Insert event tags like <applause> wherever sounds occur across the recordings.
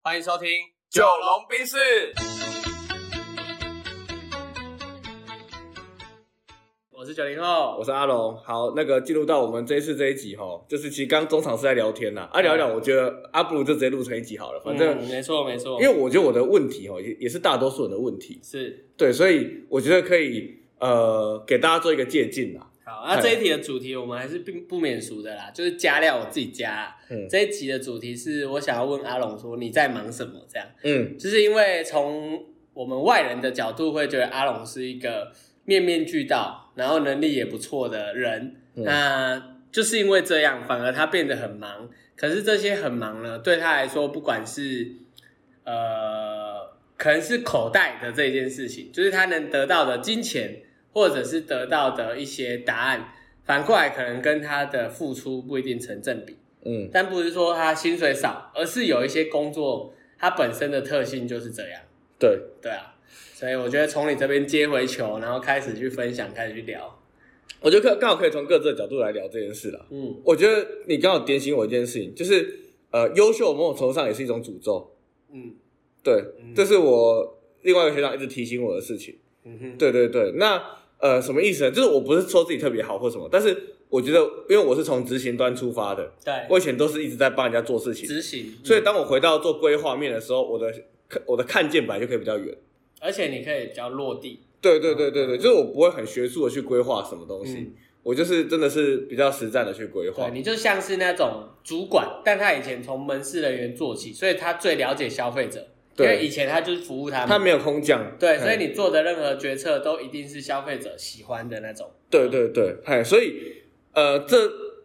欢迎收听《九龙冰室。我是九零后我，是阿龙。好，那个进入到我们这一次这一集哈，就是其实刚中场是在聊天呐，啊聊一聊，我觉得啊不如就直接录成一集好了，反正、嗯没错没错，因为我觉得我的问题哦也也是大多数人的问题，是对，所以我觉得可以呃给大家做一个借鉴啦。好。那这一题的主题我们还是并不免俗的啦，就是加料我自己加。嗯这一集的主题是我想要问阿龙说你在忙什么？这样，嗯，就是因为从我们外人的角度会觉得阿龙是一个面面俱到，然后能力也不错的人，嗯那就是因为这样，反而他变得很忙。可是这些很忙呢，对他来说，不管是呃，可能是口袋的这件事情，就是他能得到的金钱，或者是得到的一些答案，反过来可能跟他的付出不一定成正比。嗯但不是说他薪水少，而是有一些工作它本身的特性就是这样，对，对啊。所以我觉得从你这边接回球，然后开始去分享，开始去聊，我觉得刚好可以从各自的角度来聊这件事啦。嗯，我觉得你刚好点醒我一件事情，就是呃，优秀某种程度上也是一种诅咒。嗯对，嗯这是我另外一个学长一直提醒我的事情。嗯哼，对对对，那呃，什么意思呢？就是我不是说自己特别好或什么，但是我觉得，因为我是从执行端出发的，对，我以前都是一直在帮人家做事情，执行，所以嗯当我回到做规划面的时候，我的我的看见本来就可以比较远。而且你可以比较落地，对对对对对，就是我不会很学术的去规划什么东西，嗯我就是真的是比较实战的去规划对。你就像是那种主管，但他以前从门市人员做起，所以他最了解消费者，因对为以前他就是服务他他们，没有空降，对，嗯所以你做的任何决策都一定是消费者喜欢的那种，对对对，嘿，所以呃，这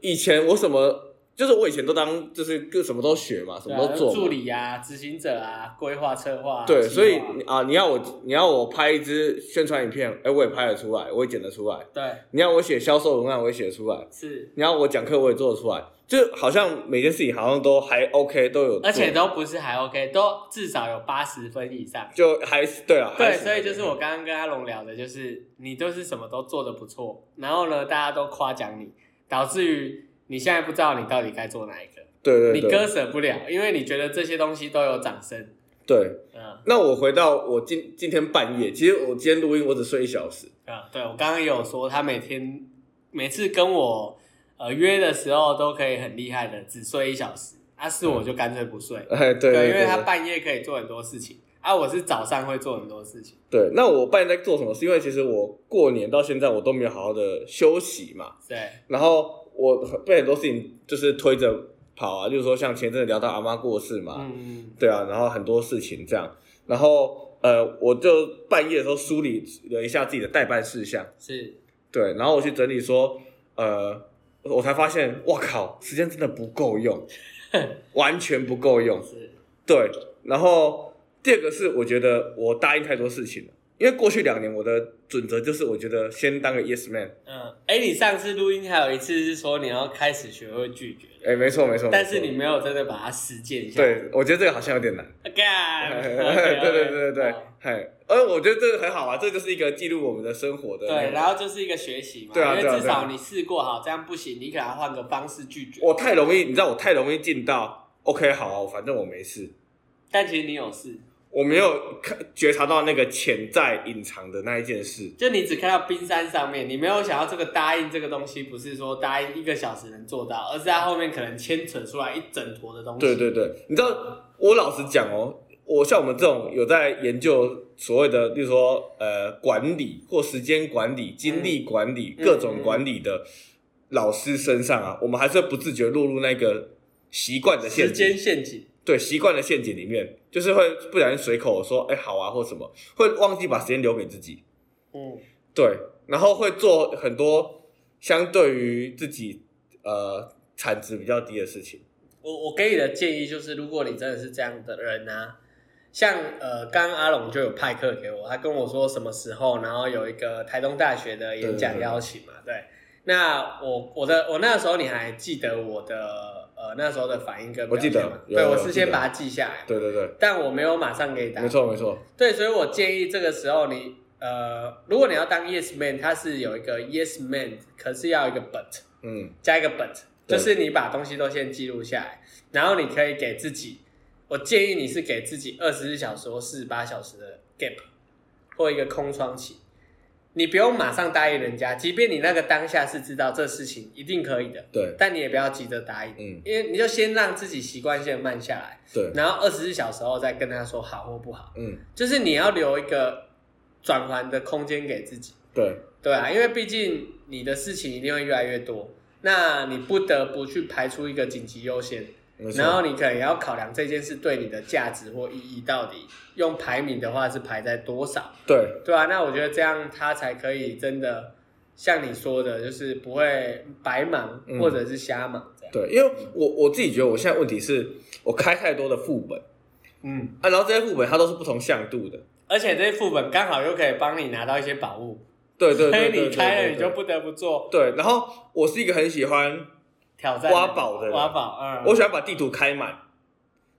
以前我什么，就是我以前都当就是各什么都学嘛，什对么啊都做嘛，助理啊、执行者啊、规划策划啊、对，计划啊所以你啊，你要我你要我拍一支宣传影片，哎、我也拍得出来，我也剪得出来；对，你要我写销售文案，我也写得出来；是，你要我讲课，我也做得出来。就好像每件事情好像都还 OK，都有做，而且都不是还 OK，都至少有八十分以上。就还是对啊，还对，行所以就是我刚刚跟阿龙聊的，就是你都是什么都做得不错，然后呢，大家都夸奖你，导致于你现在不知道你到底该做哪一个，对对你对割舍不了，因为你觉得这些东西都有掌声。对。嗯那我回到我今今天半夜，其实我今天录音我只睡一小时，嗯，对我刚刚也有说，他每天每次跟我呃约的时候都可以很厉害的，只睡一小时，啊，嗯是我就干脆不睡，哎，对对，因为对他对半夜可以做很多事情，啊，我是早上会做很多事情，对。那我半夜在做什么？是因为其实我过年到现在我都没有好好的休息嘛，对。然后我被很多事情就是推着跑啊，就是说像前阵子聊到阿妈过世嘛，嗯，对啊，然后很多事情这样，然后呃，我就半夜的时候梳理呃了一下自己的代办事项，是，对，然后我去整理说，呃，我才发现，哇靠，时间真的不够 <laughs> 用，完全不够用，是，对，然后第二个是我觉得我答应太多事情了。因为过去两年我的准则就是，我觉得先当个 yes man，嗯，哎、你上次录音还有一次是说你要开始学会拒绝，哎，没错没错，但是你没错没有真的把它实践下来。对，我觉得这个好像有 <laughs> 点难。对，干，对 OK，OK，哦对对对哦对好，嘿，而我觉得这个很好啊，这就是一个记录我们的生活的。对，然后就是一个学习嘛，对啊因对为啊至对啊少你试过好，这样不行，你可能要换个方式拒绝。我太容易，你知道我太容易进到 OK 好啊，反正我没事，但其实你有事，我没有看觉察到那个潜在隐藏的那一件事。就你只看到冰山上面，你没有想到这个答应这个东西，不是说答应一个小时能做到，而是它后面可能牵扯出来一整坨的东西。对对对，你知道，我老实讲哦，我像我们这种有在研究所谓的，例如说呃管理或时间管理、精力管理、嗯各种管理的老师身上啊，我们还是会不自觉落入那个习惯的陷时阱，间陷阱。对习惯的陷阱里面，就是会不小心随口说哎好啊或什么，会忘记把时间留给自己，嗯，对，然后会做很多相对于自己呃产值比较低的事情，我我给你的建议就是，如果你真的是这样的人啊，像呃，刚刚阿龙就有派课给我，他跟我说什么时候，然后有一个台东大学的演讲邀请嘛，对。那我我的我那时候你还记得我的呃那时候的反应跟表现吗我记得有对有我事先记得把它记下来，对对对，但我没有马上给你答案没。错没错。对，所以我建议这个时候你呃，如果你要当 yes man，它是有一个 yes man，可是要一个 but。嗯加一个 but，就对是你把东西都先记录下来，然后你可以给自己。我建议你是给自己二十四小时或四十八小时的 gap 或一个空窗期，你不用马上答应人家，即便你那个当下是知道这事情一定可以的，对，但你也不要急着答应，嗯，因为你就先让自己习惯性地慢下来，对，然后二十四小时后再跟他说好或不好，嗯，就是你要留一个转换的空间给自己。对，对啊，因为毕竟你的事情一定会越来越多，那你不得不去排出一个紧急优先，没错，然后你可能也要考量这件事对你的价值或意义到底用排名的话是排在多少，对，对啊，那我觉得这样它才可以真的像你说的，就是不会白忙嗯或者是瞎忙这样。对，因为我我自己觉得我现在问题是我开太多的副本嗯，啊，然后这些副本它都是不同向度的，而且这些副本刚好又可以帮你拿到一些宝物，对所对对以对对你开了对你对就不得不做对，然后我是一个很喜欢，挑战挖宝的人挖宝，嗯，我喜欢把地图开满。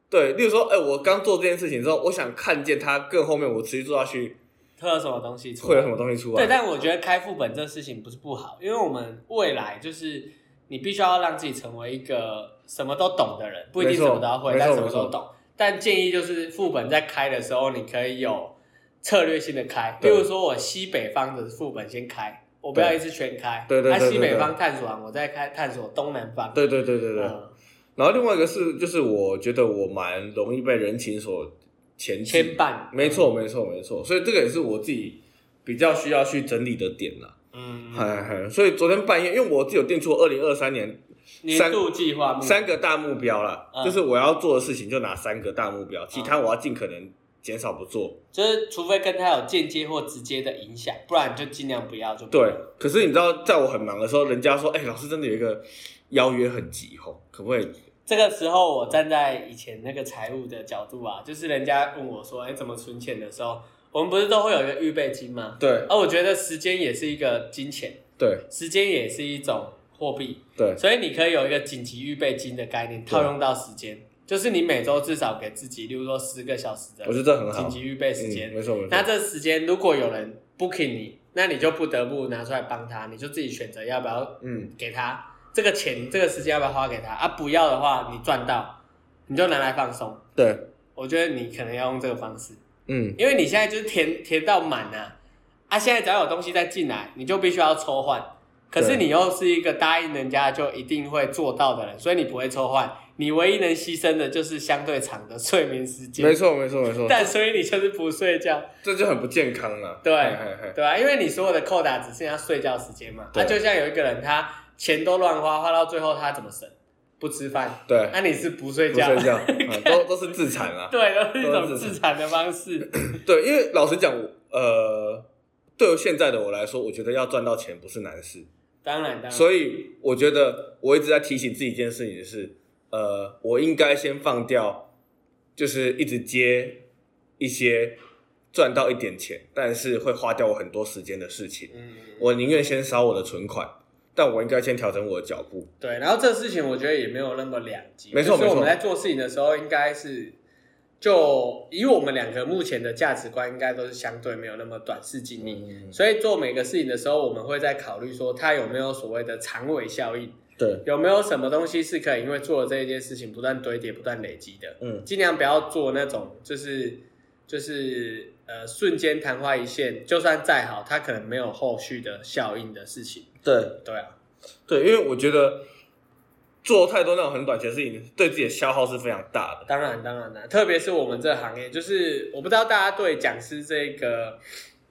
对，例如说，哎、我刚做这件事情之后，我想看见它更后面我持续做下去特有什么东西出来会有什么东西出来。对，但我觉得开副本这事情不是不好，因为我们未来就是你必须要让自己成为一个什么都懂的人，不一定没什错么都要会，没错但什么没错都懂。但建议就是副本在开的时候，你可以有策略性的开，例对如说我西北方的副本先开，我不要对一次全开，对对那对西对北对方探索完，我再开探索东南方。对对对对对。嗯然后另外一个是，就是我觉得我蛮容易被人情所牵制牵绊，没错，没错，没错。所以这个也是我自己比较需要去整理的点啦。嗯，嗨嗨，所以昨天半夜，因为我自己有定出二零二三年年度计划目标三个大目标啦，嗯就是我要做的事情就拿三个大目标，其他我要尽可能减少不做。就是除非跟他有间接或直接的影响，不然你就尽量不要就不要对，可是你知道，在我很忙的时候，人家说：“哎、老师真的有一个邀约很急吼，可不可以这个时候，我站在以前那个财务的角度啊，就是人家问我说：“哎，怎么存钱的时候，我们不是都会有一个预备金吗？”？”对而我觉得时间也是一个金钱，对时间也是一种货币，对所以你可以有一个紧急预备金的概念对套啊用到时间，就是你每周至少给自己，例如说十个小时的我觉得这很好紧急预备时间嗯，。没错没那错，这时间如果有人 booking 你，那你就不得不拿出来帮他，你就自己选择要不要嗯，给他这个钱，这个时间要不要花给他啊？不要的话，你赚到你就拿来放松。对，我觉得你可能要用这个方式，嗯，因为你现在就是填填到满啊，啊，现在只要有东西再进来，你就必须要抽换。可是对你又是一个答应人家就一定会做到的人，所以你不会抽换，你唯一能牺牲的就是相对长的睡眠时没间。错没错没错，但所以你就是不睡觉，这就很不健康了。对嗨嗨嗨对吧、因为你所有的扣打只剩下睡觉时间嘛。那、啊对就像有一个人，他钱都乱花，花到最后他怎么省？不吃饭。对，那、你是不睡不觉？睡觉，嗯都都是自残啊。 <laughs> 对，都是一种都是自自残的方式。对，因为老实讲，我呃，对于现在的我来说，我觉得要赚到钱不是难事，当然，当然。所以我觉得我一直在提醒自己一件事情是，呃，我应该先放掉，就是一直接一些赚到一点钱，但是会花掉我很多时间的事情。嗯，我宁愿先烧我的存款，但我应该先调整我的脚步。对。然后这事情我觉得也没有那么两极，没错就是我没们在错做事情的时候，应该是就以我们两个目前的价值观，应该都是相对没有那么短视近利。嗯，所以做每个事情的时候，我们会在考虑说它有没有所谓的长尾效应，对，有没有什么东西是可以因为做了这一件事情不断堆叠、不断累积的。嗯，尽量不要做那种就是就是呃瞬间昙花一现，就算再好，它可能没有后续的效应的事情。对，对啊，对，因为我觉得做太多那种很短期的事情，对自己的消耗是非常大的。当然当然啦，特别是我们这行业，就是我不知道大家对讲师这个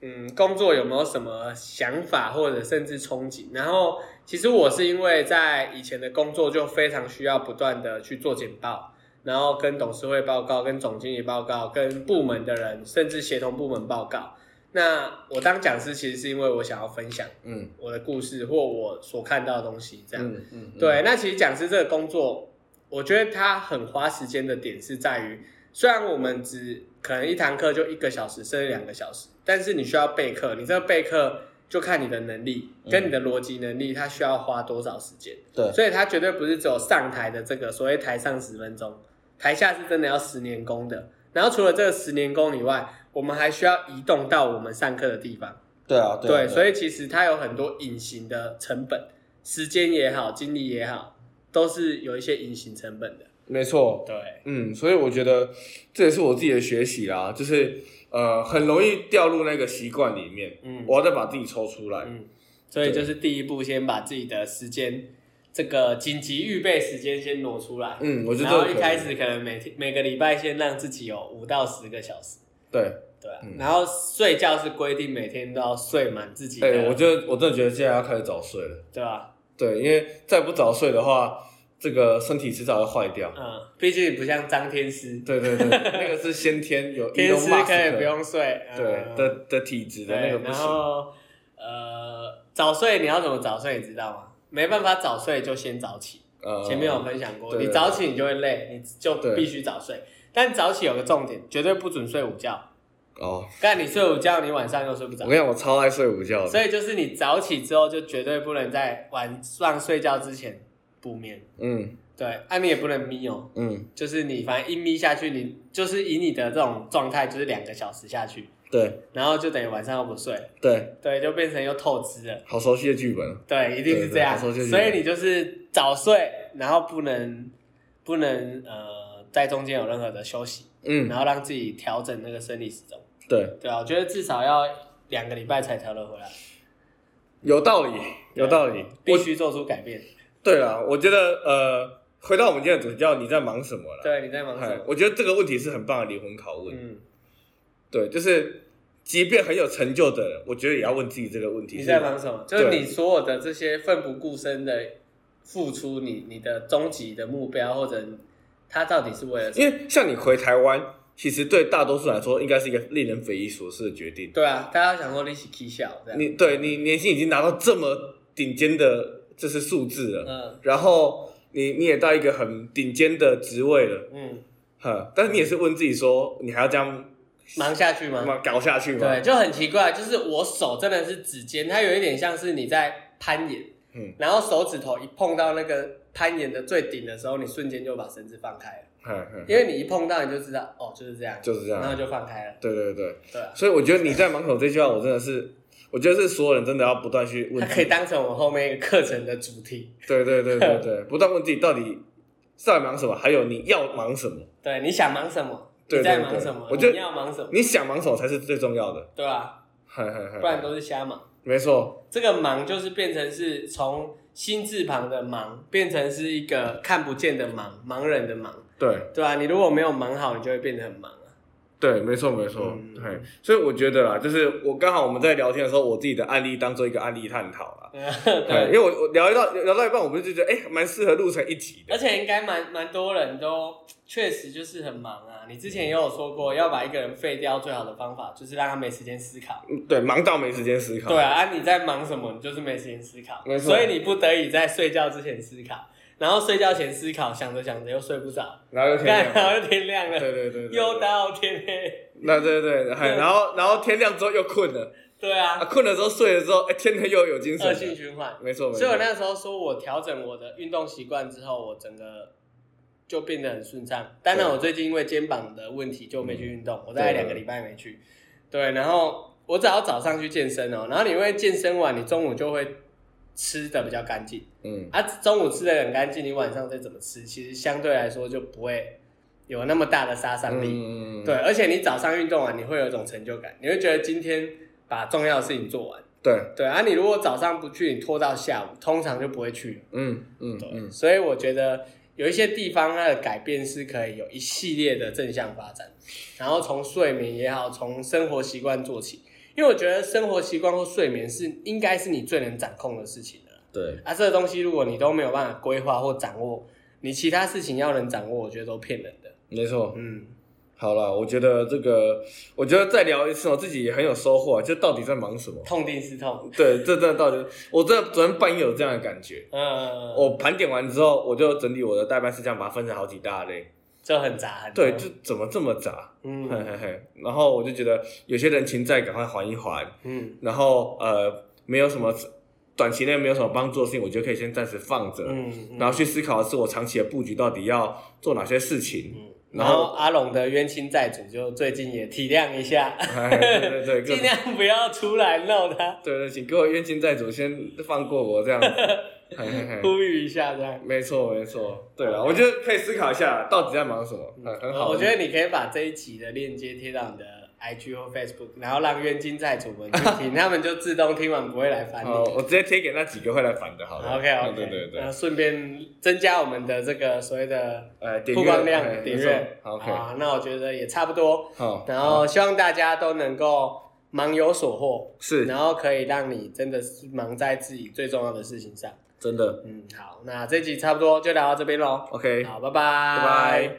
嗯工作有没有什么想法或者甚至憧憬。然后其实我是因为在以前的工作就非常需要不断的去做简报。然后跟董事会报告、跟总经理报告、跟部门的人，甚至协同部门报告。那我当讲师其实是因为我想要分享嗯，我的故事或我所看到的东西，这样。嗯嗯，对，那其实讲师这个工作，我觉得它很花时间的点是在于，虽然我们只可能一堂课就一个小时甚至两个小时，但是你需要备课，你这个备课就看你的能力跟你的逻辑能力，它需要花多少时间。嗯对所以它绝对不是只有上台的这个所谓台上十分钟，台下是真的要十年功的。然后除了这个十年功以外，我们还需要移动到我们上课的地方。对啊，对，所以以其实它有很多隐形的成本，时间也好，精力也好，都是有一些隐形成本的。没错，对，嗯，所以我觉得这也是我自己的学习啦，就是呃，很容易掉入那个习惯里面，嗯我要再把自己抽出来。嗯，所以就是第一步，先把自己的时间这个紧急预备时间先挪出来。嗯，我觉得然这后个一可以开始可能每天每个礼拜先让自己有五到十个小时，对，对啊、嗯然后睡觉是规定每天都要睡满自己的，哎、我觉得我真的觉得现在要开始早睡了，对吧、对，因为再不早睡的话，这个身体迟早会坏掉。嗯，毕竟你不像张天师，对对 <laughs> 对，那个是先天有天 Elon 师 Musk 可以不用睡，对嗯的的体质的那对，个不然行。后呃，早睡你要怎么早睡，你知道吗？没办法早睡就先早起，呃，前面有分享过，对你早起你就会累，你就对必须早睡。但早起有个重点，绝对不准睡午觉。哦，但你睡午觉，你晚上又睡不着我跟。你讲，我超爱睡午觉的。所以就是你早起之后，就绝对不能在晚上睡觉之前补眠。嗯对，啊，你也不能眯哦，嗯，就是你反正一眯下去，你就是以你的这种状态，就是两个小时下去，对然后就等于晚上又不睡，对，对，就变成又透支了。好熟悉的剧本。对，一定是这样。对对我说就是所以你就是早睡，然后不能不能呃在中间有任何的休息，嗯，然后让自己调整那个生理时钟。对，对啊，我觉得至少要两个礼拜才调得回来，有道理，有道理。必我须做出改变。对了，我觉得呃，回到我们今天的主题，叫你在忙什么了？对，你在忙什哎么？我觉得这个问题是很棒的灵魂拷问。嗯，对，就是即便很有成就的人，我觉得也要问自己这个问题。你在是忙什么？就是对你所有的这些奋不顾身的付出你，你的终极的目标，或者它到底是为了什么？因为像你回台湾，其实对大多数来说，应该是一个令人匪夷所思的决定。对啊，大家想说你起 K 笑这样，你对你年薪已经拿到这么顶尖的这是数字了，嗯然后你你也到一个很顶尖的职位了，嗯，哈，但是你也是问自己说，你还要这样忙下去吗？嘛搞下去吗嗯对，？就很奇怪，就是我手真的是指尖，它有一点像是你在攀岩，嗯，然后手指头一碰到那个攀岩的最顶的时候，你瞬间就把绳子放开了，嗯嗯，因为你一碰到你就知道，哦，就是这样，就是这然后样，就放开了，对对对，对、啊，所以我觉得你在忙口这句话，我真的是，我觉得是所有人真的要不断去它问，可以当成我后面一个课程的主题。对对 <laughs> 对对对，不断问自己到底是在忙什么，还有你要忙什么，对，你想忙什么？对你在对忙对什么？我觉得你要忙什么？你想忙什么才是最重要的，对吧、嘿嘿嘿，不然都是瞎忙。没错，这个忙就是变成是从心字旁的忙，变成是一个看不见的忙，盲人的忙，对。对啊，你如果没有忙好，你就会变得很忙啊。对，没错没错，嗯对，所以我觉得啦，就是我刚好我们在聊天的时候，我自己的案例当做一个案例探讨啦。对，因 <laughs> 对，啊为我我聊一到聊到一半，我们就觉得哎，诶蛮适合录成一集而的。且应该蛮蛮多人都确实就是很忙啊。你之前也有说过，要把一个人废掉，最好的方法就是让他没时间思考。嗯对，忙到没时间思考。对啊，啊你在忙什么？你就是没时间思考没，错所以你不得已在睡觉之前思考，然后睡觉前思考，想着想着又睡不着，然后又天 <laughs> 干亮。然后就天亮对了，对对对。又。到天黑。那对对对，嗨对然后然后天亮之后又困了，对啊，啊，困了之后睡了之后，哎，天黑又有精神恶性了。循环。没错没所以我错。嗯那时候说我调整我的运动习惯之后，我整个就变得很顺畅。当然，对我最近因为肩膀的问题就没去运动，我大概两个礼拜没去。对，然后我只要早上去健身哦，然后你因为健身完，你中午就会吃的比较干净，嗯，啊，中午吃的很干净，你晚上再怎么吃，其实相对来说就不会有那么大的杀伤力。嗯对，而且你早上运动完，你会有一种成就感，你会觉得今天把重要的事情做完。对，对啊，你如果早上不去，你拖到下午，通常就不会去了。嗯嗯对，嗯，所以我觉得有一些地方它的改变是可以有一系列的正向发展，然后从睡眠也好，从生活习惯做起，因为我觉得生活习惯或睡眠是应该是你最能掌控的事情了。对啊，这个东西如果你都没有办法规划或掌握，你其他事情要能掌握，我觉得都骗人的。没错。嗯，好了，我觉得这个，我觉得再聊一次，我自己也很有收获啊，就到底在忙什么。痛定思痛。对，这真的到底，我真的昨天半夜有这样的感觉。嗯，我盘点完之后，我就整理我的代办事项，把它分成好几大类。这很杂，很杂对，就怎么这么杂？嘿嗯嘿嘿。然后我就觉得有些人情债赶快还一还，嗯然后呃，没有什么短期内没有什么帮助的事情，我觉得可以先暂时放着，嗯，嗯然后去思考的是我长期的布局到底要做哪些事情。嗯然然后后阿龙的冤亲债主就最近也体谅一 <laughs> 下，哎，对 <laughs> 对对，各尽量不要出来闹他。对对，请各位冤亲债主先放过我这样子。嘿嘿嘿呼吁一下这样。没错，没错。对了，我觉得可以思考一下，到底在忙什么？嗯，很好。我觉得你可以把这一集的链接贴到你的 IG 或 Facebook，然后让冤金债主们去 <laughs> 听，他们就自动听完不会来烦你。嗯哦，我直接贴给那几个会来烦的，好了。 OK OK，对对那对，顺便增加我们的这个所谓的呃，点曝阅光哎量、点没错阅。好，OK，啊，那我觉得也差不多。好，然后希望大家都能够忙有所获，是然后可以让你真的是忙在自己最重要的事情上。真的嗯嗯，好，那这集差不多就聊到这边喽。 ，OK，好，拜拜，拜拜。